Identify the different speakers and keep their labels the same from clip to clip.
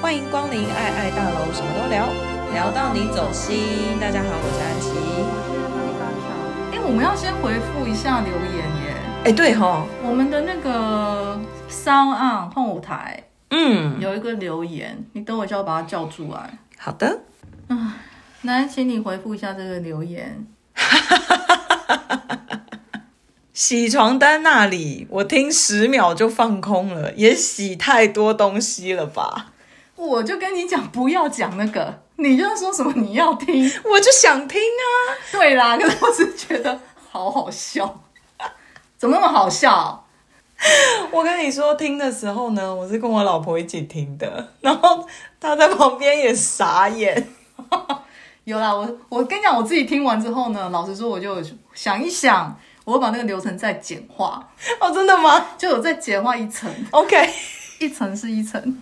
Speaker 1: 欢迎光临爱爱大楼，什么都聊，聊到你走心。大家好，我是安琪。
Speaker 2: 哎，我们要先回复一下留言耶。
Speaker 1: 哎，对吼，
Speaker 2: 我们的那个 Sound On 后台
Speaker 1: 嗯，
Speaker 2: 有一个留言，你等我一下，我把它叫出来。啊
Speaker 1: 好的，
Speaker 2: 来，请你回复一下这个留言。
Speaker 1: 洗床单那里，我听十秒就放空了，也洗太多东西了吧？
Speaker 2: 我就跟你讲，不要讲那个，你就说什么你要听。
Speaker 1: 我就想听啊，
Speaker 2: 对啦，可是我只是觉得好好笑，怎么那么好笑？
Speaker 1: 我跟你说，听的时候呢，我是跟我老婆一起听的，然后她在旁边也傻眼。
Speaker 2: 有啦，我我跟你讲，我自己听完之后呢，老实说，我就想一想，我会把那个流程再简化，
Speaker 1: 哦，真的吗
Speaker 2: 就有再简化一层。
Speaker 1: ？OK，
Speaker 2: 一层是一层，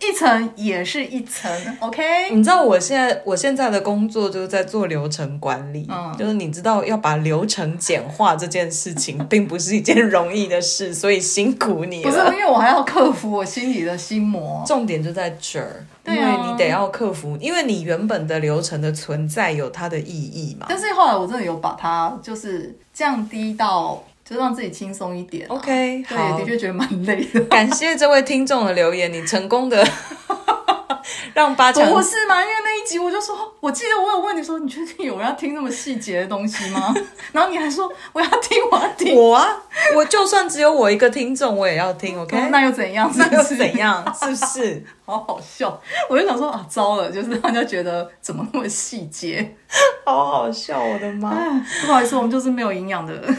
Speaker 2: 一层也是一层，OK？
Speaker 1: 你知道我现在我现在的工作就是在做流程管理，
Speaker 2: 嗯
Speaker 1: 就是你知道要把流程简化这件事情，并不是一件容易的事，所以辛苦你
Speaker 2: 不是，
Speaker 1: 了。
Speaker 2: 因为我还要克服我心里的心魔。
Speaker 1: 重点就在这儿，因
Speaker 2: 对
Speaker 1: 为
Speaker 2: 啊
Speaker 1: 你得要克服，因为你原本的流程的存在有它的意义嘛。
Speaker 2: 但是后来我真的有把它就是降低到，就让自己轻松一点啊、
Speaker 1: OK，
Speaker 2: 对，
Speaker 1: 好
Speaker 2: 的确觉得蛮累 的，
Speaker 1: 感谢这位听众的留言，你成功的 让八强
Speaker 2: 不是吗？因为那一集我就说，我记得我有问你说，你确定有人要听那么细节的东西吗？ 然后你还说我要听，我要听，
Speaker 1: 我啊，我就算只有我一个听众，我也要听，OK？
Speaker 2: 哦那又怎样？
Speaker 1: 那又
Speaker 2: 是不是
Speaker 1: 怎样？是不 是？
Speaker 2: 好好笑，我就想说啊，糟了，就是让人家觉得怎么那么细节。
Speaker 1: 好好笑，我的
Speaker 2: 哎
Speaker 1: 妈！
Speaker 2: 啊不好意思，我们就是没有营养的 人。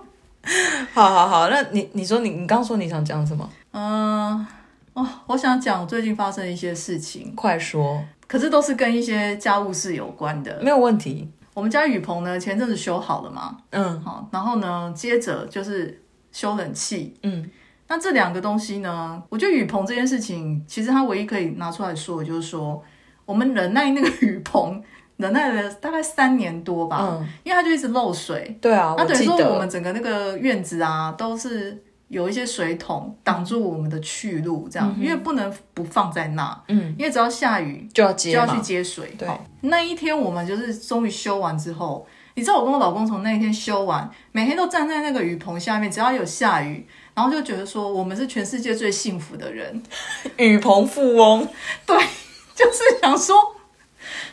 Speaker 1: 好好好，那你你说你你刚说你想讲什么？
Speaker 2: 嗯、哦，我想讲我最近发生的一些事情，
Speaker 1: 快说，
Speaker 2: 可是都是跟一些家务事有关的。
Speaker 1: 没有问题。
Speaker 2: 我们家雨棚呢，前阵子修好了嘛，
Speaker 1: 嗯
Speaker 2: 好，然后呢，接着就是修冷气。
Speaker 1: 嗯，
Speaker 2: 那这两个东西呢，我觉得雨棚这件事情，其实它唯一可以拿出来说，就是说我们忍耐那个雨棚，忍耐了大概三年多吧，
Speaker 1: 嗯
Speaker 2: 因为它就一直漏水。
Speaker 1: 对啊，
Speaker 2: 那
Speaker 1: 我
Speaker 2: 等于
Speaker 1: 记
Speaker 2: 说我
Speaker 1: 得。
Speaker 2: 们整个那个院子啊，都是有一些水桶挡住我们的去路，这样，因为不能不放在那，
Speaker 1: 嗯，
Speaker 2: 因为只要下雨
Speaker 1: 就要
Speaker 2: 就
Speaker 1: 接
Speaker 2: 要去
Speaker 1: 嘛，
Speaker 2: 接水。
Speaker 1: 对
Speaker 2: 好，那一天我们就是终于修完之后，你知道我跟我老公从那一天修完，每天都站在那个雨棚下面，只要有下雨，然后就觉得说我们是全世界最幸福的人，
Speaker 1: 雨棚富翁，
Speaker 2: 对，就是想说，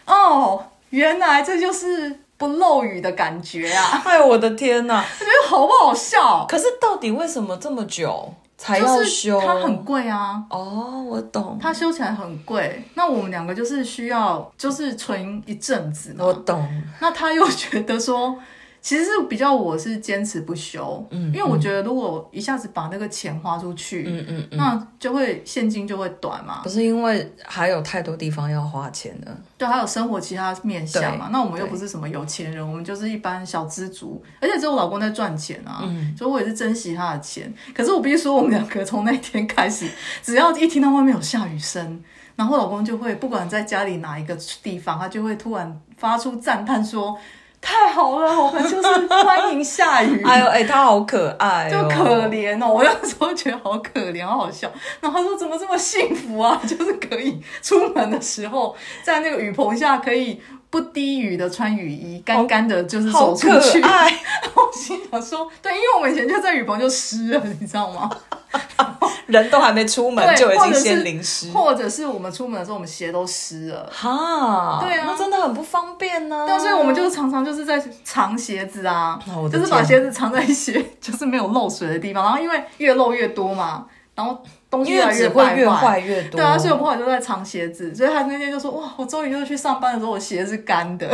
Speaker 2: 哦，原来这就是不漏雨的感觉啊，
Speaker 1: 哎呦我的天呐！
Speaker 2: 我觉得好不好笑？
Speaker 1: 可是到底为什么这么久才要
Speaker 2: 就是
Speaker 1: 修？
Speaker 2: 它很贵啊，
Speaker 1: 哦，我懂，
Speaker 2: 它修起来很贵。那我们两个就是需要，就是存一阵子
Speaker 1: 我
Speaker 2: 嘛。
Speaker 1: 懂，
Speaker 2: 那他又觉得说，其实是比较我是坚持不修，嗯，因为我觉得如果一下子把那个钱花出去，
Speaker 1: 嗯嗯，
Speaker 2: 那就会现金就会短嘛。
Speaker 1: 不是因为还有太多地方要花钱了，
Speaker 2: 对，还有生活其他面向嘛
Speaker 1: 对。
Speaker 2: 那我们又
Speaker 1: 对
Speaker 2: 不是什么有钱人，我们就是一般小知足，而且只有我老公在赚钱啊，
Speaker 1: 嗯
Speaker 2: 所以我也是珍惜他的钱。可是我必须说，我们两个从那天开始，只要一听到外面有下雨声，然后我老公就会不管在家里哪一个地方，他就会突然发出赞叹说：“太好了，我们就是欢迎下雨。”
Speaker 1: 哎呦哎，他好可爱、
Speaker 2: 嗯就
Speaker 1: 哦，
Speaker 2: 可怜哦，我那时候觉得好可怜，好好笑。然后他说怎么这么幸福啊？ 就是可以出门的时候，在那个雨棚下可以不滴雨的穿雨衣，干干的，就是
Speaker 1: 好
Speaker 2: 走出去。
Speaker 1: 可爱。
Speaker 2: 然 后我心想说，对，因为我们以前就在雨棚就湿了，你知道吗？
Speaker 1: 人都还没出门
Speaker 2: 对
Speaker 1: 就已
Speaker 2: 或
Speaker 1: 经
Speaker 2: 者是
Speaker 1: 先淋湿，
Speaker 2: 或者是我们出门的时候，我们鞋都湿了。
Speaker 1: 哈，
Speaker 2: 对啊
Speaker 1: 那真的很不方便呢、
Speaker 2: 但所以我们就是常常就是在藏鞋子啊，
Speaker 1: 哦我的
Speaker 2: 就是把
Speaker 1: 天
Speaker 2: 鞋 子藏在一些就是没有漏水的地方，然后因为越漏越多嘛，然后东西
Speaker 1: 因
Speaker 2: 越
Speaker 1: 为
Speaker 2: 来
Speaker 1: 只
Speaker 2: 越
Speaker 1: 会
Speaker 2: 败
Speaker 1: 越坏越多。
Speaker 2: 对啊，所以我们后来就在藏鞋子，所以他那天就说：“哇，我终于就是去上班的时候，我鞋是干 的，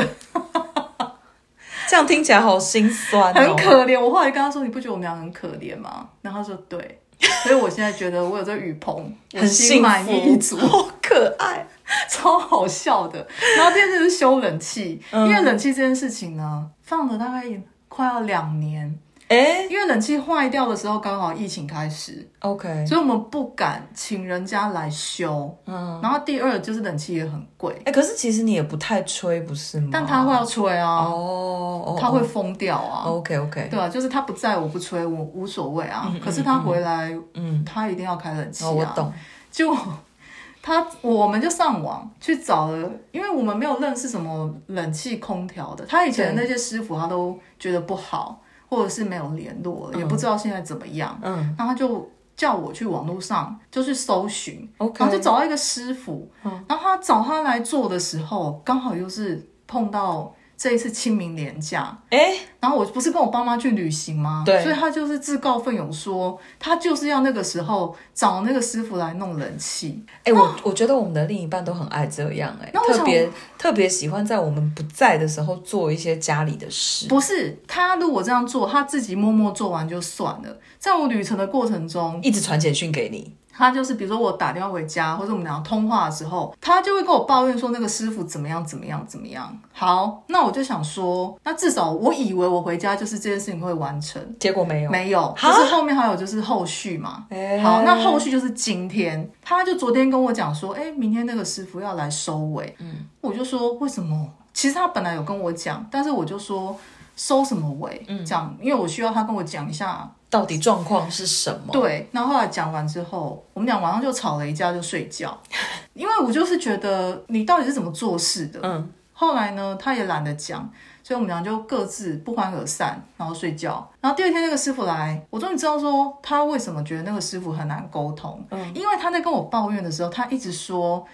Speaker 1: 这样听起来好心酸、哦，
Speaker 2: 很可怜。”我后来跟他说：“你不觉得我们俩很可怜吗？”然后他说：“对。”所以我现在觉得我有这雨棚，我
Speaker 1: 很
Speaker 2: 心
Speaker 1: 幸
Speaker 2: 满
Speaker 1: 福，
Speaker 2: 意足，
Speaker 1: 好可爱。
Speaker 2: 超好笑的。然后第二件事是修冷气，
Speaker 1: 嗯
Speaker 2: 因为冷气这件事情呢，放了大概快要两年，
Speaker 1: 哎
Speaker 2: 因为冷气坏掉的时候刚好疫情开始，
Speaker 1: ，OK，
Speaker 2: 所以我们不敢请人家来修。
Speaker 1: 嗯，
Speaker 2: 然后第二就是冷气也很贵，
Speaker 1: 哎，可是其实你也不太吹，不是吗？
Speaker 2: 但他会要吹啊。
Speaker 1: 哦，哦
Speaker 2: 他会疯掉啊。
Speaker 1: OK OK，
Speaker 2: 对啊，就是他不在，我不吹，我无所谓啊。可是他回来，
Speaker 1: 嗯，
Speaker 2: 他一定要开冷气啊。
Speaker 1: 哦，我懂，
Speaker 2: 就他我们就上网去找了，因为我们没有认识什么冷气空调的，他以前那些师傅他都觉得不好，或者是没有联络，也不知道现在怎么样，
Speaker 1: 嗯
Speaker 2: 那他就。叫我去网络上就去搜寻
Speaker 1: ，OK，
Speaker 2: 然后就找到一个师傅，
Speaker 1: 嗯
Speaker 2: 然后他找他来做的时候，刚好又是碰到这一次清明连假，
Speaker 1: 哎、
Speaker 2: 然后我不是跟我爸妈去旅行吗？
Speaker 1: 对
Speaker 2: 所以他就是自告奋勇说，他就是要那个时候找那个师傅来弄冷气。
Speaker 1: 哎、我我觉得我们的另一半都很爱这样、哎，
Speaker 2: 那我
Speaker 1: 特
Speaker 2: 想
Speaker 1: 别特别喜欢在我们不在的时候做一些家里的事。
Speaker 2: 不是他如果这样做，他自己默默做完就算了。在我旅程的过程中，
Speaker 1: 一直传简讯给你，
Speaker 2: 他就是比如说我打电话回家，或者我们俩通话的时候，他就会跟我抱怨说那个师傅怎么样怎么样怎么样。好，那我就想说，那至少我以为我回家就是这件事情会完成，
Speaker 1: 结果没有。
Speaker 2: 没有，就
Speaker 1: 哈
Speaker 2: 是后面还有就是后续嘛。
Speaker 1: 哎
Speaker 2: 好，那后续就是今天，他就昨天跟我讲说，哎、明天那个师傅要来收尾，嗯，我就说为什么？其实他本来有跟我讲，但是我就说收什么尾，
Speaker 1: 嗯
Speaker 2: 讲、因为我需要他跟我讲一下，
Speaker 1: 到底状况是什么？
Speaker 2: 对。那后来讲完之后，我们俩晚上就吵了一架，就睡 觉，因为我就是觉得你到底是怎么做事的，
Speaker 1: 嗯，
Speaker 2: 后来呢，他也懒得讲，所以我们俩就各自不欢而散，然后睡觉。然后第二天那个师傅来，我终于知道说他为什么觉得那个师傅很难沟通，
Speaker 1: 嗯
Speaker 2: 因为他在跟我抱怨的时候，他一直说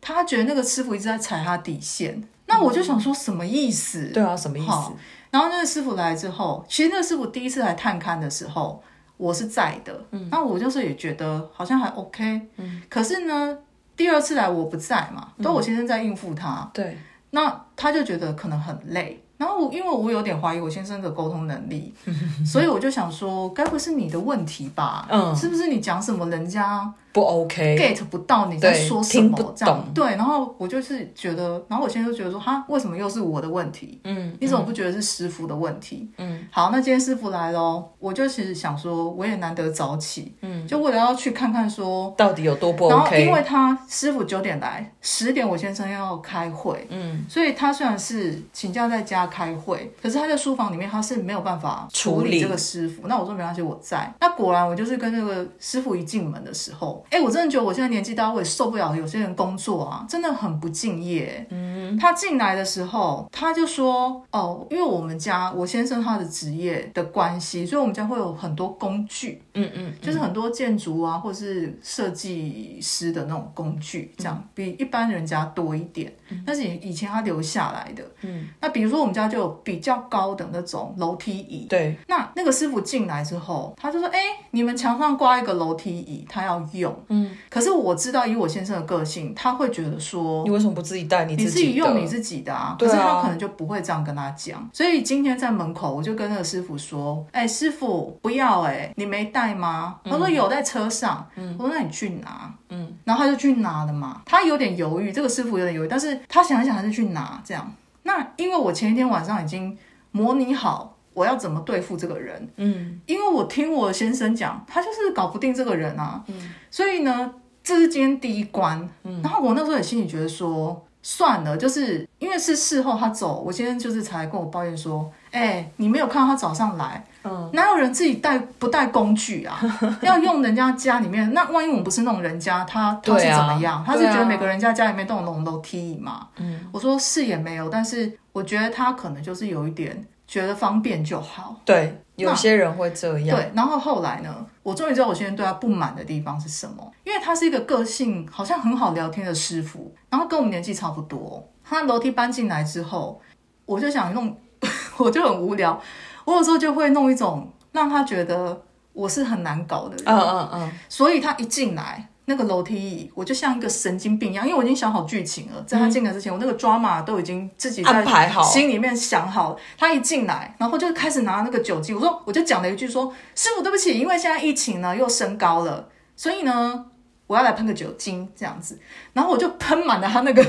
Speaker 2: 他觉得那个师傅一直在踩他底线。那我就想说什么意思？
Speaker 1: 对啊，什么意思
Speaker 2: 好？然后那个师傅来之后，其实那个师傅第一次来探勘的时候，我是在的，嗯，那我就是也觉得好像还 OK，嗯，可是呢，第二次来我不在嘛，都我先生在应付他，
Speaker 1: 对，
Speaker 2: 那他就觉得可能很累。然后我因为我有点怀疑我先生的沟通能力， 所以我就想说，该不是你的问题吧？
Speaker 1: 嗯，
Speaker 2: 是不是你讲什么人家
Speaker 1: 不 OK。
Speaker 2: get 不到你在
Speaker 1: 对
Speaker 2: 说什
Speaker 1: 听不
Speaker 2: 么这样？对，然后我就是觉得，然后我先生就觉得说，哈，为什么又是我的问题？
Speaker 1: 嗯，
Speaker 2: 你怎么不觉得是师傅的问题？
Speaker 1: 嗯，
Speaker 2: 好，那今天师傅来喽，我就其实想说，我也难得早起，嗯，就为了要去看看说
Speaker 1: 到底有多不
Speaker 2: 然后
Speaker 1: OK？
Speaker 2: 因为他师傅九点来，十点我先生要开会，嗯，所以他虽然是请假在家开会，可是他在书房里面他是没有办法
Speaker 1: 处
Speaker 2: 处
Speaker 1: 理
Speaker 2: 理这个师傅。那我说没关系，我在。那果然我就是跟那个师傅一进门的时候，哎，我真的觉得我现在年纪大，我也受不了有些人工作啊，真的很不敬业。嗯，他进来的时候他就说，哦，因为我们家我先生他的职业的关系，所以我们家会有很多工具。
Speaker 1: 嗯嗯，
Speaker 2: 就是很多建筑啊，或是设计师的那种工具，这样比一般人家多一点。但是以前他留下来的，嗯，那比如说我们家就有比较高的那种楼梯椅。
Speaker 1: 对，
Speaker 2: 那那个师傅进来之后，他就说：“哎、你们墙上挂一个楼梯椅，他要用。”嗯，可是我知道以我先生的个性，他会觉得说，
Speaker 1: 你为什么不自己带你
Speaker 2: 你
Speaker 1: 自
Speaker 2: 自
Speaker 1: 己
Speaker 2: 己
Speaker 1: 的？
Speaker 2: 用你自己的啊，
Speaker 1: 对
Speaker 2: 可
Speaker 1: 啊
Speaker 2: 是他可能就不会这样跟他讲。所以今天在门口，我就跟那个师傅说：“哎、师傅，不要哎、你没带吗？”
Speaker 1: 嗯
Speaker 2: 他说：“有，在车上。我说：“那你去拿。”嗯，然后他就去拿了嘛。他有点犹豫，这个师傅有点犹豫，但是他想一想还是去拿这样。那因为我前一天晚上已经模拟好我要怎么对付这个人，嗯，因为我听我先生讲，他就是搞不定这个人啊，嗯，所以呢，这是今天第一关，嗯，然后我那时候也心里觉得说，算了，就是因为是事后他走，我先生就是才跟我抱怨说，哎、你没有看到他早上来，嗯，哪有人自己带不带工具 啊？要用人家家里面，那万一我们不是弄人家，他他是
Speaker 1: 对
Speaker 2: 怎
Speaker 1: 啊
Speaker 2: 么样？他是
Speaker 1: 对啊
Speaker 2: 觉得每个人家家里面都有那种楼梯椅嘛，嗯，我说是也没有，但是我觉得他可能就是有一点觉得方便就好。
Speaker 1: 对，
Speaker 2: 那
Speaker 1: 有些人会这样。
Speaker 2: 对，然后后来呢，我终于知道我先生对他不满的地方是什么，因为他是一个个性好像很好聊天的师傅，然后跟我们年纪差不多。他楼梯搬进来之后，我就想弄， 我就很无聊，我有时候就会弄一种让他觉得我是很难搞的人，
Speaker 1: 嗯嗯嗯，
Speaker 2: 所以他一进来。那个楼梯椅，我就像一个神经病一样，因为我已经想好剧情了。在他进来之前，我那个 drama 都已经自己在
Speaker 1: 安排好
Speaker 2: 心里面想好。他一进来，然后就开始拿那个酒精，我说我就讲了一句说：“师傅，对不起，因为现在疫情呢又升高了，所以呢我要来喷个酒精这样子。”然后我就喷满了他那个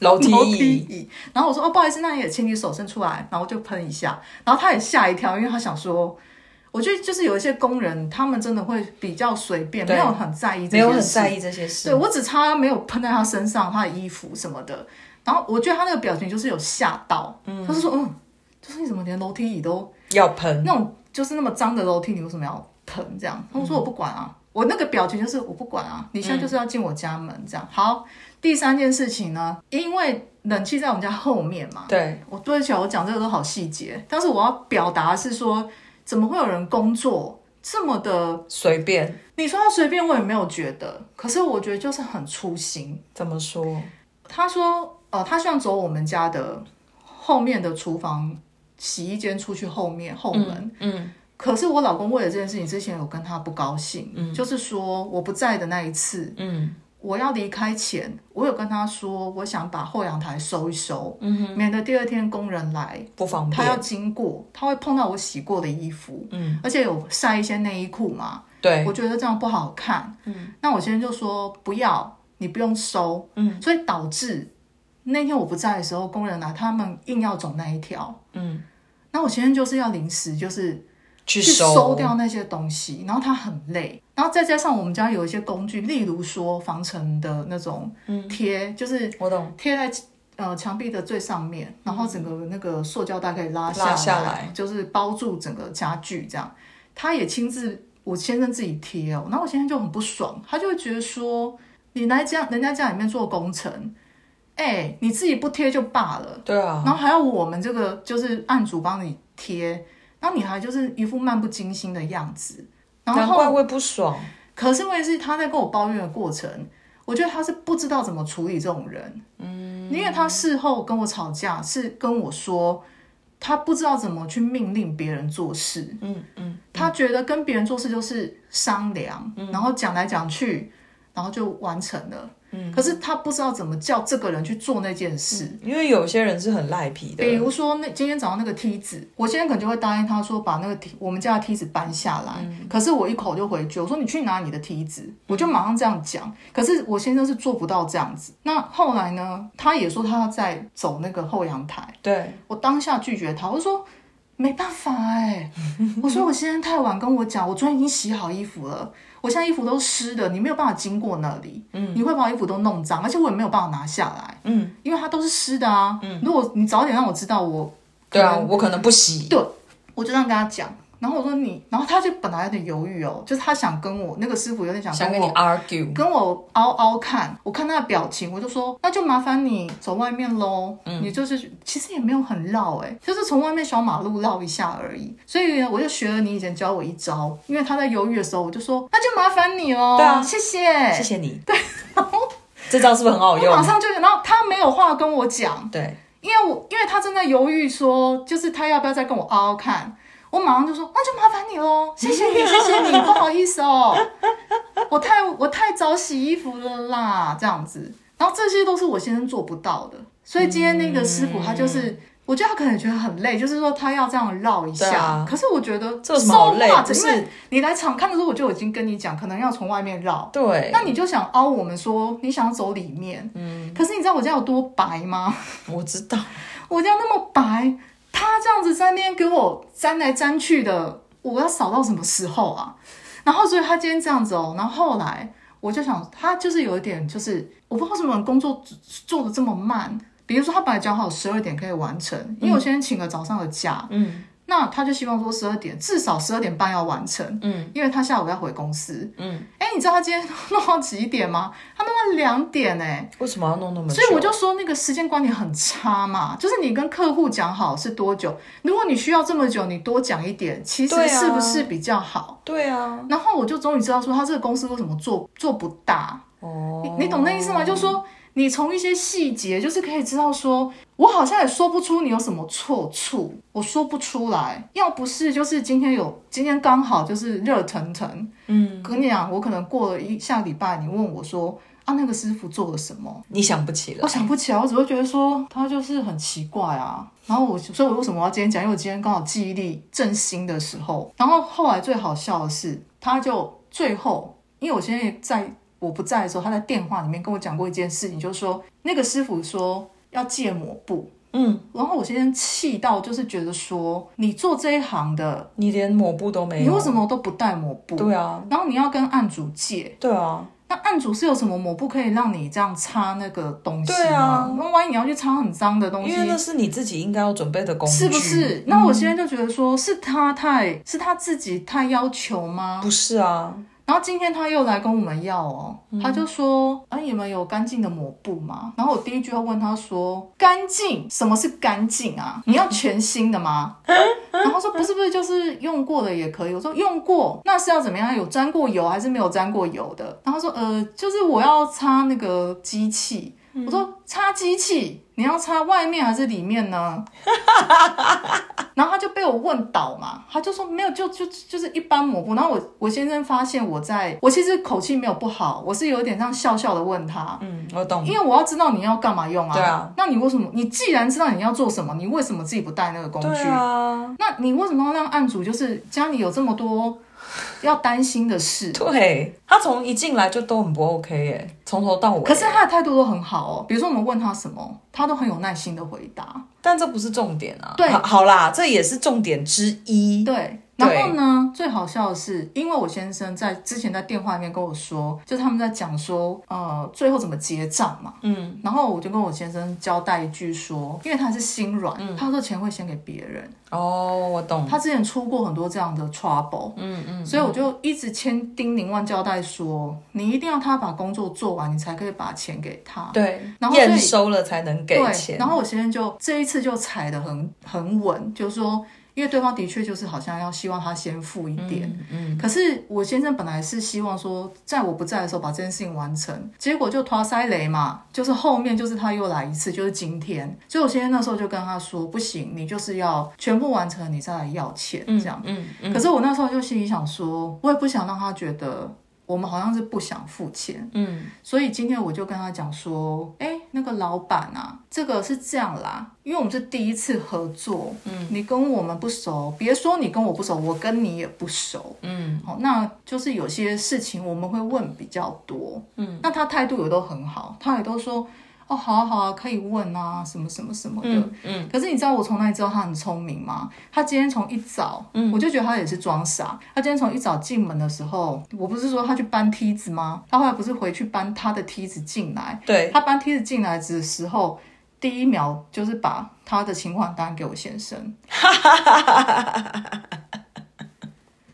Speaker 1: 楼梯
Speaker 2: 楼
Speaker 1: 椅。
Speaker 2: 椅。然后我说哦，不好意思，那你也请你手伸出来，然后就喷一下。然后他也吓一跳，因为他想说，我觉得就是有一些工人，他们真的会比较随便，
Speaker 1: 对
Speaker 2: 没有很在意这
Speaker 1: 没有
Speaker 2: 些
Speaker 1: 很
Speaker 2: 事。
Speaker 1: 在意这些事。
Speaker 2: 对我只差没有喷在他身上，他的衣服什么的。然后我觉得他那个表情就是有吓到，嗯、他就说嗯，就是你怎么连楼梯椅都
Speaker 1: 要喷，
Speaker 2: 那种就是那么脏的楼梯，你为什么要喷？疼这样。他说我不管啊，我那个表情就是我不管啊，你现在就是要进我家门
Speaker 1: 嗯
Speaker 2: 这样。好，第三件事情呢，因为冷气在我们家后面嘛，
Speaker 1: 对，
Speaker 2: 我对不起啊，我讲这个都好细节，但是我要表达的是说，怎么会有人工作这么的？
Speaker 1: 随便
Speaker 2: 你说他随便，我也没有觉得，可是我觉得就是很粗心。
Speaker 1: 怎么说，
Speaker 2: 他说，呃，他希望走我们家的后面的厨房洗衣间出去后面后门。
Speaker 1: 嗯，
Speaker 2: 可是我老公为了这件事情，之前有跟他不高兴，就是说我不在的那一次，
Speaker 1: 嗯，
Speaker 2: 我要离开前，我有跟他说，我想把后阳台收一收，免得第二天工人来，
Speaker 1: 不嗯方
Speaker 2: 他
Speaker 1: 便，
Speaker 2: 要经过，他会碰到我洗过的衣服，嗯，而且有晒一些内衣裤嘛，
Speaker 1: 对，
Speaker 2: 我觉得这样不好看，嗯，那我先生就说不要，你不用收，嗯，所以导致那天我不在的时候，工人来，啊他们硬要走那一条，
Speaker 1: 嗯，
Speaker 2: 那我先生就是要临时就是
Speaker 1: 去
Speaker 2: 收
Speaker 1: 收，
Speaker 2: 掉那些东西，然后他很累，然后再加上我们家有一些工具，例如说防尘的那种贴，就是
Speaker 1: 我懂，
Speaker 2: 贴在呃墙壁的最上面，然后整个那个塑胶袋可以拉下
Speaker 1: 拉下来
Speaker 2: 就是包住整个家具这样。他也亲自，我先生自己贴哦，然后我先生就很不爽，他就会觉得说，你来家人家家里面做工程，哎、你自己不贴就罢了，
Speaker 1: 对啊，
Speaker 2: 然后还要我们这个就是案主帮你贴，然后你还就是一副漫不经心的样子。然
Speaker 1: 难
Speaker 2: 后，
Speaker 1: 怪会不爽，
Speaker 2: 可是问题是他在跟我抱怨的过程，我觉得他是不知道怎么处理这种人。嗯，因为他事后跟我吵架，是跟我说他不知道怎么去命令别人做事。
Speaker 1: 嗯嗯，
Speaker 2: 他觉得跟别人做事就是商量，然后讲来讲去，然后就完成了。嗯，可是他不知道怎么叫这个人去做那件事。
Speaker 1: 因为有些人是很赖皮的，
Speaker 2: 比如说那今天早上那个梯子，我现在可能就会答应他说把那个梯我们家的梯子搬下来，
Speaker 1: 嗯
Speaker 2: 可是我一口就回绝，我说你去拿你的梯子，我就马上这样讲。可是我先生是做不到这样子。那后来呢，他也说他要再走那个后阳台，
Speaker 1: 对，
Speaker 2: 我当下拒绝他，我说。没办法哎、我说我先生太晚跟我讲，我昨天已经洗好衣服了，我现在衣服都湿的，你没有办法经过那里，嗯，你会把我衣服都弄脏，而且我也没有办法拿下来，
Speaker 1: 嗯，
Speaker 2: 因为它都是湿的啊。如果你早点让我知道，我
Speaker 1: 对啊，我可能不洗，
Speaker 2: 对，我就这样跟他讲。然后我说你，然后他就本来有点犹豫哦，就是他想跟我那个师傅有点想
Speaker 1: 想
Speaker 2: 跟
Speaker 1: 跟你
Speaker 2: 我
Speaker 1: argue，
Speaker 2: 跟我嗷嗷看，我看他的表情，我就说那就麻烦你走外面喽。
Speaker 1: 嗯
Speaker 2: 你就是其实也没有很绕哎、就是从外面小马路绕一下而已。所以呃呢，我就学了你以前教我一招，因为他在犹豫的时候，我就说那就麻烦你喽。
Speaker 1: 对啊
Speaker 2: 谢谢。
Speaker 1: 谢谢你，对，这招是不是很好
Speaker 2: 我马
Speaker 1: 用？
Speaker 2: 上就，然后他没有话跟我讲，
Speaker 1: 对，
Speaker 2: 因为我因为他正在犹豫说，就是他要不要再跟我嗷嗷看，我马上就说哦那就麻烦你喽，谢谢你，谢谢你，不好意思哦， 我太我太早洗衣服了啦，这样子，然后这些都是我先生做不到的，所以今天那个师傅他就是。我觉得他可能觉得很累，就是说他要这样绕一下。
Speaker 1: 嗯对啊
Speaker 2: 可是我觉得
Speaker 1: 这有什么好
Speaker 2: so
Speaker 1: 累
Speaker 2: what？
Speaker 1: 不是
Speaker 2: 因为你来场看的时候，我就已经跟你讲，可能要从外面绕。
Speaker 1: 对，
Speaker 2: 那你就想凹我们说你想要走里面，嗯，可是你知道我家有多白吗？
Speaker 1: 我知道，
Speaker 2: 我家那么白，他这样子在那边给我粘来粘去的，我要扫到什么时候啊？然后所以他今天这样子哦，然后后来我就想，他就是有一点就是我不知道为什么工作做的这么慢，比如说他本来讲好十二点可以完成，因为我现在请了早上的假，
Speaker 1: 嗯
Speaker 2: 那他就希望说十二点至少十二点半要完成，
Speaker 1: 嗯
Speaker 2: 因为他下午要回公司，
Speaker 1: 嗯，
Speaker 2: 哎、你知道他今天弄到几点吗？他弄到两点哎、
Speaker 1: 为什么要弄那么久？
Speaker 2: 所以我就说那个时间管理很差嘛，就是你跟客户讲好是多久，如果你需要这么久，你多讲一点，其实
Speaker 1: 对啊
Speaker 2: 是不是比较好？
Speaker 1: 对啊，
Speaker 2: 然后我就终于知道说他这个公司为什么做做不大，
Speaker 1: 哦，
Speaker 2: 你你懂那意思吗？就是说你从一些细节，就是可以知道说，我好像也说不出你有什么错处，我说不出来。要不是就是今天有，今天刚好就是热腾腾，
Speaker 1: 嗯，
Speaker 2: 跟你讲，我可能过了一下礼拜，你问我说啊，那个师傅做了什么？
Speaker 1: 你想不起了
Speaker 2: 我，想不起来，我只会觉得说他就是很奇怪啊。然后我，所以我为什么要今天讲？因为我今天刚好记忆力正兴的时候，然后后来最好笑的是，他就最后，因为我现在在我不在的时候，他在电话里面跟我讲过一件事情，就是说那个师傅说要借抹布，
Speaker 1: 嗯，
Speaker 2: 然后我先生气到就是觉得说你做这一行的，
Speaker 1: 你连抹布都没
Speaker 2: 你为
Speaker 1: 有，
Speaker 2: 什么都不带抹布？
Speaker 1: 对啊，
Speaker 2: 然后你要跟案主借，
Speaker 1: 对啊，
Speaker 2: 那那案主是有什么抹布可以让你这样擦那个东西
Speaker 1: 对啊
Speaker 2: 吗？那万一你要去擦很脏的东西
Speaker 1: 因，为那是你自己应该要准备的工具，
Speaker 2: 啊
Speaker 1: 嗯
Speaker 2: 是不？是？那我现在就觉得说，是他太是他自己太要求吗？
Speaker 1: 不是啊，
Speaker 2: 然后今天他又来跟我们要哦，他就说：“啊，你们有干净的抹布吗？”然后我第一句要问他说：“干净？什么是干净啊？你要全新的吗？”然后说：“不是不是，就是用过的也可以。”我说：“用过，那是要怎么样？有沾过油还是没有沾过油的？”然后说：“呃，就是我要擦那个机器。”我说：“擦机器，你要擦外面还是里面呢？”然后他就被我问倒嘛，他就说没有，就就就是一般抹布。然后我我先生发现我在，我其实口气没有不好，我是有点像笑笑的问他，
Speaker 1: 嗯，我懂。
Speaker 2: 因为我要知道你要干嘛用啊。
Speaker 1: 对啊。
Speaker 2: 那你为什么？你既然知道你要做什么，你为什么自己不带那个工
Speaker 1: 对
Speaker 2: 具？
Speaker 1: 啊，
Speaker 2: 那你为什么要让案主就是家里有这么多要担心的事？
Speaker 1: 对他从一进来就都很不 OK 耶，从头到尾。
Speaker 2: 可是，他的态度都很好哦，比如说我们问他什么，他都很有耐心的回答。
Speaker 1: 但这不是重点啊。
Speaker 2: 对
Speaker 1: 好，好啦，这也是重点之一。
Speaker 2: 对，然
Speaker 1: 对
Speaker 2: 后呢，最好笑的是，因为我先生在之前在电话里面跟我说，就他们在讲说，呃，最后怎么结账嘛。
Speaker 1: 嗯，
Speaker 2: 然后我就跟我先生交代一句说，因为他是心软，
Speaker 1: 嗯
Speaker 2: 他说钱会先给别人，
Speaker 1: 哦，我懂。
Speaker 2: 他之前出过很多这样的 trouble，
Speaker 1: 嗯嗯，
Speaker 2: 所以我就一直千叮咛万交代说，你一定要他把工作做完，你才可以把钱给他。
Speaker 1: 对，
Speaker 2: 然后所以
Speaker 1: 验收了才能给
Speaker 2: 对，
Speaker 1: 钱。
Speaker 2: 然后我先生就这一次就踩得很很稳，就是说，因为对方的确就是好像要希望他先付一点，嗯，可是我先生本来是希望说，在我不在的时候把这件事情完成，结果就拖塞雷嘛，就是后面就是他又来一次，就是今天，所以我先生那时候就跟他说，不行，你就是要全部完成，你再来要钱，这样。
Speaker 1: 嗯，
Speaker 2: 可是我那时候就心里想说，我也不想让他觉得我们好像是不想付钱，
Speaker 1: 嗯，
Speaker 2: 所以今天我就跟他讲说，哎、那个老板啊，这个是这样啦，因为我们是第一次合作，嗯，你跟我们不熟，别说你跟我不熟，我跟你也不熟，嗯，好，那就是有些事情我们会问比较多，嗯，那他态度也都很好，他也都说。哦，好啊，好啊，可以问啊，什么什么什么的。嗯可是你知道我从哪里知道他很聪明吗？他今天从一早，嗯，我就觉得他也是装傻。他今天从一早进门的时候，我不是说他去搬梯子吗？他后来不是回去搬他的梯子进来，
Speaker 1: 对，
Speaker 2: 他搬梯子进来的时候，第一秒就是把他的请款单给我先生，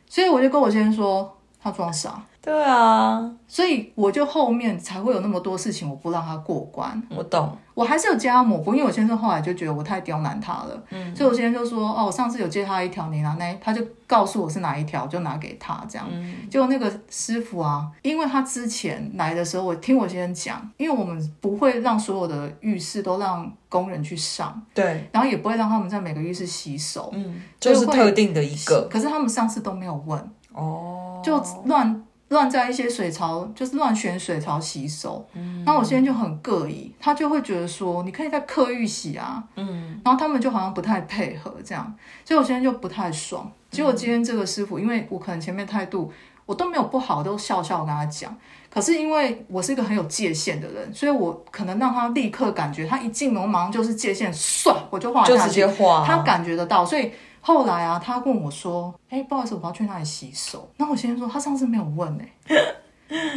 Speaker 2: 所以我就跟我先生说他装傻。
Speaker 1: 对啊，
Speaker 2: 所以我就后面才会有那么多事情，我不让他过关，
Speaker 1: 我懂。
Speaker 2: 我还是有加抹布，因为我先生后来就觉得我太刁难他了，嗯，所以我先生就说，哦，我上次有借他一条，你拿那一，他就告诉我是哪一条，就拿给他这样。结果那个师傅啊，因为他之前来的时候，我听我先生讲，因为我们不会让所有的浴室都让工人去上，
Speaker 1: 对，
Speaker 2: 然后也不会让他们在每个浴室洗手，
Speaker 1: 嗯，就是特定的一个。
Speaker 2: 可是他们上次都没有问。
Speaker 1: 哦，
Speaker 2: 就乱乱在一些水槽，就是乱选水槽洗手。嗯，那我现在就很膈应，他就会觉得说，你可以在客浴洗啊。嗯，然后他们就好像不太配合这样，所以我现在就不太爽。结果今天这个师傅，因为我可能前面态度我都没有不好，都笑笑跟他讲。可是因为我是一个很有界限的人，所以我可能让他立刻感觉，他一进门我马上就是界限，唰我就画
Speaker 1: 就
Speaker 2: 下
Speaker 1: 直
Speaker 2: 去。
Speaker 1: 接画。
Speaker 2: 他感觉得到，所以后来啊，他问我说：“哎、不好意思，我要去哪里洗手？”那我先生说：“他上次没有问 呢、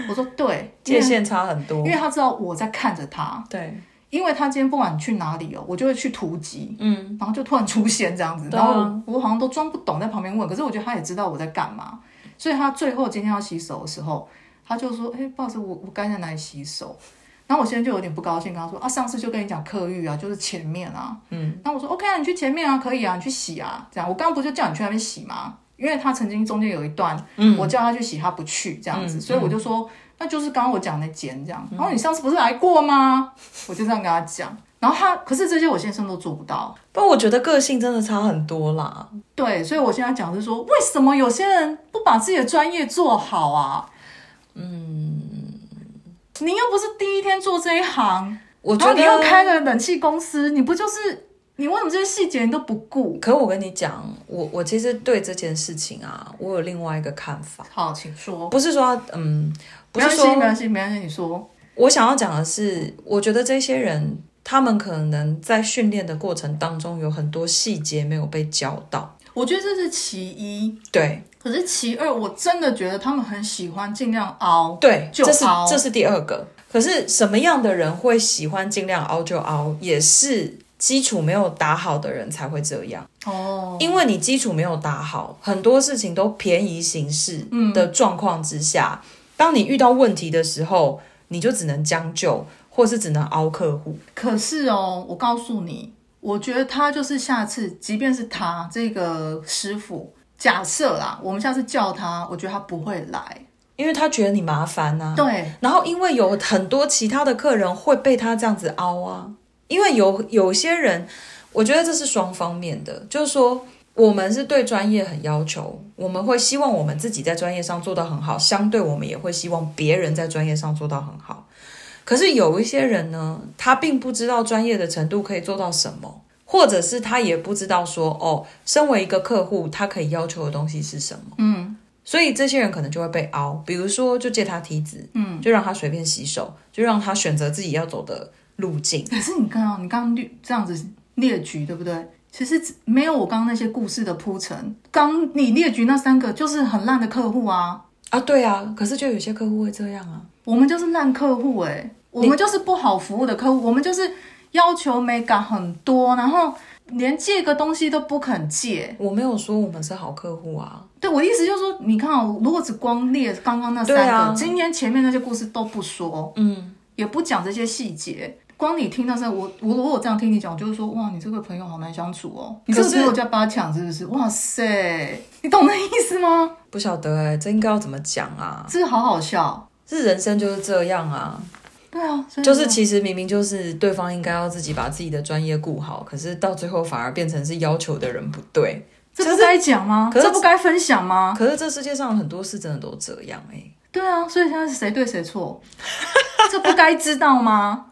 Speaker 2: 我说：“对，啊因
Speaker 1: 界
Speaker 2: 为
Speaker 1: 限差很多
Speaker 2: 因。为他知道我在看着他，
Speaker 1: 对，
Speaker 2: 因为他今天不管去哪里哦，我就会去突击，
Speaker 1: 嗯，
Speaker 2: 然后就突然出现这样子，
Speaker 1: 对
Speaker 2: 然
Speaker 1: 啊
Speaker 2: 后我我好像都装不懂在旁边问，可是我觉得他也知道我在干嘛，所以他最后今天要洗手的时候，他就说：‘哎、不好意思，我我该在哪里洗手？’然后我现在就有点不高兴，跟他说：‘啊，上次就跟你讲客浴啊，就是前面啊。’
Speaker 1: 嗯，
Speaker 2: 那我说 OK 啊，你去前面啊，可以啊，你去洗啊，这样。我刚刚不就叫你去那边洗吗？因为他曾经中间有一段，
Speaker 1: 嗯
Speaker 2: 我叫他去洗，他不去，这样子，
Speaker 1: 嗯
Speaker 2: 所以我就说，那就是刚刚我讲的剪这样。然后你上次不是来过吗？我就这样跟他讲。然后他，可是这些我先生都做不到，
Speaker 1: 但我觉得个性真的差很多啦。
Speaker 2: 对，所以我现在讲的是说，为什么有些人不把自己的专业做好啊？嗯，你又不是第一天做这一行，
Speaker 1: 我
Speaker 2: 然
Speaker 1: 觉
Speaker 2: 后
Speaker 1: 得
Speaker 2: 你又开了冷气公司，你不就是你为什么这些细节你都不顾？
Speaker 1: 可我跟你讲，我我其实对这件事情啊，我有另外一个看法，
Speaker 2: 好，请说。
Speaker 1: 不是说嗯，不是
Speaker 2: 没
Speaker 1: 说
Speaker 2: 关系，没关系，没关系，你说。
Speaker 1: 我想要讲的是，我觉得这些人他们可能在训练的过程当中有很多细节没有被教到，
Speaker 2: 我觉得这是其一，
Speaker 1: 对，
Speaker 2: 可是其二，我真的觉得他们很喜欢尽量凹，
Speaker 1: 对，
Speaker 2: 哦就
Speaker 1: 这是
Speaker 2: 凹
Speaker 1: 这是第二个。可是什么样的人会喜欢尽量凹就凹，也是基础没有打好的人才会这样。
Speaker 2: 哦，
Speaker 1: 因为你基础没有打好，很多事情都便宜行事的状况之下，当你遇到问题的时候，你就只能将就，或是只能凹客户。
Speaker 2: 可是哦，我告诉你，我觉得他就是下次，即便是他这个师傅，假设啦，我们下次叫他，我觉得他不会来。
Speaker 1: 因为他觉得你麻烦啊呐、
Speaker 2: 对，
Speaker 1: 然后因为有很多其他的客人会被他这样子凹啊，因为有有些人，我觉得这是双方面的，就是说我们是对专业很要求，我们会希望我们自己在专业上做到很好，相对我们也会希望别人在专业上做到很好。可是有一些人呢，他并不知道专业的程度可以做到什么，或者是他也不知道说哦，身为一个客户，他可以要求的东西是什么。所以这些人可能就会被凹，比如说就借他梯子，嗯，就让他随便洗手，就让他选择自己要走的路径。
Speaker 2: 可是你看啊，你刚刚列这样子列举，对不对？其实只没有我刚刚那些故事的铺陈，刚你列举那三个就是很烂的客户啊，
Speaker 1: 啊，对啊，可是就有些客户会这样啊，
Speaker 2: 我们就是烂客户哎、我们就是不好服务的客户，我们就是要求美感很多，然后连借个东西都不肯借，
Speaker 1: 我没有说我们是好客户啊，
Speaker 2: 对，我的意思就是说，你看哦，如果只光列刚刚那三
Speaker 1: 对
Speaker 2: 个，
Speaker 1: 啊
Speaker 2: 今天前面那些故事都不说，
Speaker 1: 嗯，
Speaker 2: 也不讲这些细节，光你听到这，我我如果我这样听你讲，我就会说，哇，你这个朋友好难相处哦，你这个
Speaker 1: 可是
Speaker 2: 朋友叫八强是不是？哇塞，你懂那意思吗？
Speaker 1: 不晓得哎、这应该要怎么讲啊？
Speaker 2: 这好好笑，
Speaker 1: 是人生就是这样啊，
Speaker 2: 对啊，所以
Speaker 1: 就是其实明明就是对方应该要自己把自己的专业顾好，可是到最后反而变成是要求的人不对。
Speaker 2: 这不该讲吗？
Speaker 1: 可是
Speaker 2: 这不该分享吗？
Speaker 1: 可是这世界上很多事真的都这样哎、
Speaker 2: 对啊，所以现在是谁对谁错？ 这不该知道吗？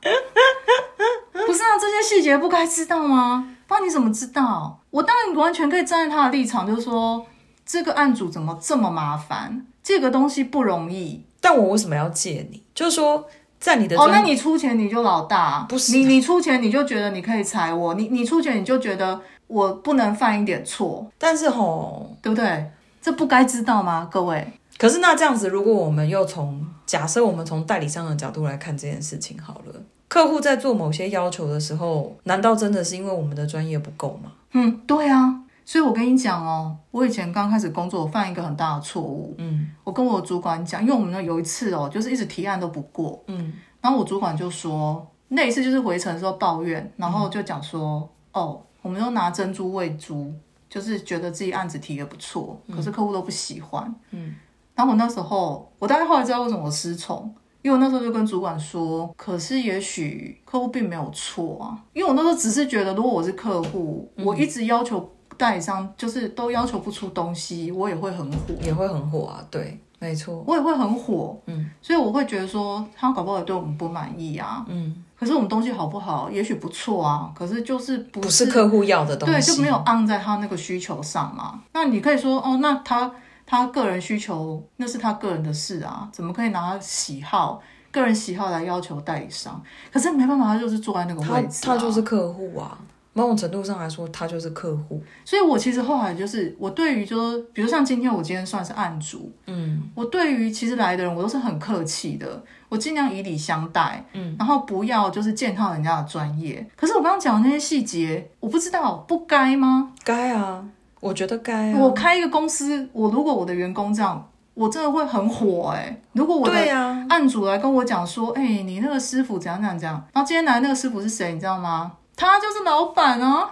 Speaker 2: 不是啊，这些细节不该知道吗？不然你怎么知道？我当然完全可以站在他的立场，就是说这个案主怎么这么麻烦，这个东西不容易。
Speaker 1: 但我为什么要借你？就是说，在你的
Speaker 2: 哦，
Speaker 1: 专
Speaker 2: 那你出钱你就老大，
Speaker 1: 不是
Speaker 2: 你你出钱你就觉得你可以裁我，你你出钱你就觉得我不能犯一点错，
Speaker 1: 但是吼，
Speaker 2: 对不对？这不该知道吗？各位，
Speaker 1: 可是那这样子，如果我们又从假设我们从代理商的角度来看这件事情好了，客户在做某些要求的时候，难道真的是因为我们的专业不够吗？
Speaker 2: 嗯，对啊，所以我跟你讲哦，我以前刚开始工作，我犯一个很大的错误。
Speaker 1: 嗯
Speaker 2: 我跟我主管讲，因为我们有一次哦，就是一直提案都不过，
Speaker 1: 嗯，
Speaker 2: 然后我主管就说，那一次就是回程的时候抱怨，然后就讲说，哦，我们都拿珍珠喂猪，就是觉得自己案子提的不错，可是客户都不喜欢。
Speaker 1: 嗯，
Speaker 2: 然后我那时候，我大概后来知道为什么我失宠。因为我那时候就跟主管说，可是也许客户并没有错啊。因为我那时候只是觉得，如果我是客户，
Speaker 1: 嗯
Speaker 2: 我一直要求代理商就是都要求不出东西，我也会很火。
Speaker 1: 也会很火啊，对，没错，
Speaker 2: 我也会很火，
Speaker 1: 嗯，
Speaker 2: 所以我会觉得说他搞不好也对我们不满意啊。
Speaker 1: 嗯，
Speaker 2: 可是我们东西好不好，也许不错啊，可是就是不
Speaker 1: 不是客户要的东
Speaker 2: 对，就
Speaker 1: 西，
Speaker 2: 没有按在他那个需求上嘛。那你可以说哦，那他他个人需求那是他个人的事啊，怎么可以拿喜好、个人喜好来要求代理商？可是没办法，他就是坐在那个
Speaker 1: 他
Speaker 2: 位置、啊
Speaker 1: 他就是客户啊，某种程度上来说，他就是客户，
Speaker 2: 所以我其实后来就是，我对于就是，比如像今天我今天算是案主，
Speaker 1: 嗯，
Speaker 2: 我对于其实来的人我都是很客气的，我尽量以礼相待，嗯，然后不要就是践踏人家的专业。可是我刚刚讲的那些细节，我不知道不该吗？
Speaker 1: 该啊，我觉得该啊，
Speaker 2: 我开一个公司，我如果我的员工这样，我真的会很火哎、如果我的
Speaker 1: 对啊，
Speaker 2: 案主来跟我讲说，哎、你那个师傅怎样怎样怎样，然后今天来那个师傅是谁，你知道吗？他就是老板啊。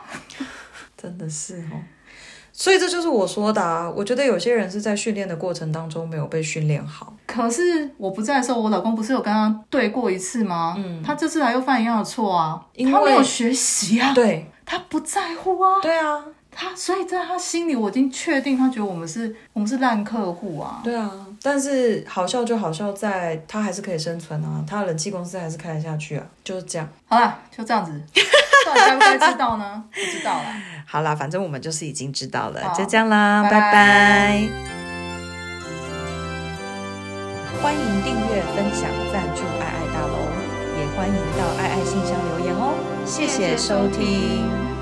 Speaker 1: 真的是哦。所以这就是我说的啊，我觉得有些人是在训练的过程当中没有被训练好。
Speaker 2: 可是我不在的时候，我老公不是有跟他对过一次吗？嗯，他这次来又犯一样的错啊，
Speaker 1: 因为
Speaker 2: 他没有学习啊，
Speaker 1: 对
Speaker 2: 他不在乎啊，
Speaker 1: 对啊，
Speaker 2: 他所以在他心里，我已经确定他觉得我们是我们是烂客户啊。
Speaker 1: 对啊，但是好笑就好笑在，它还是可以生存啊，它的冷气公司还是开得下去啊，就是这样。
Speaker 2: 好啦，就这样子，到底该不该知道呢？不知道啦。
Speaker 1: 好啦，反正我们就是已经知道了，
Speaker 2: 好
Speaker 1: 就这样啦，
Speaker 2: 拜
Speaker 1: 拜
Speaker 2: 拜
Speaker 1: 拜。欢迎订阅、分享、赞助爱哦爱大楼，也欢迎到爱爱信箱留言哦。谢谢收听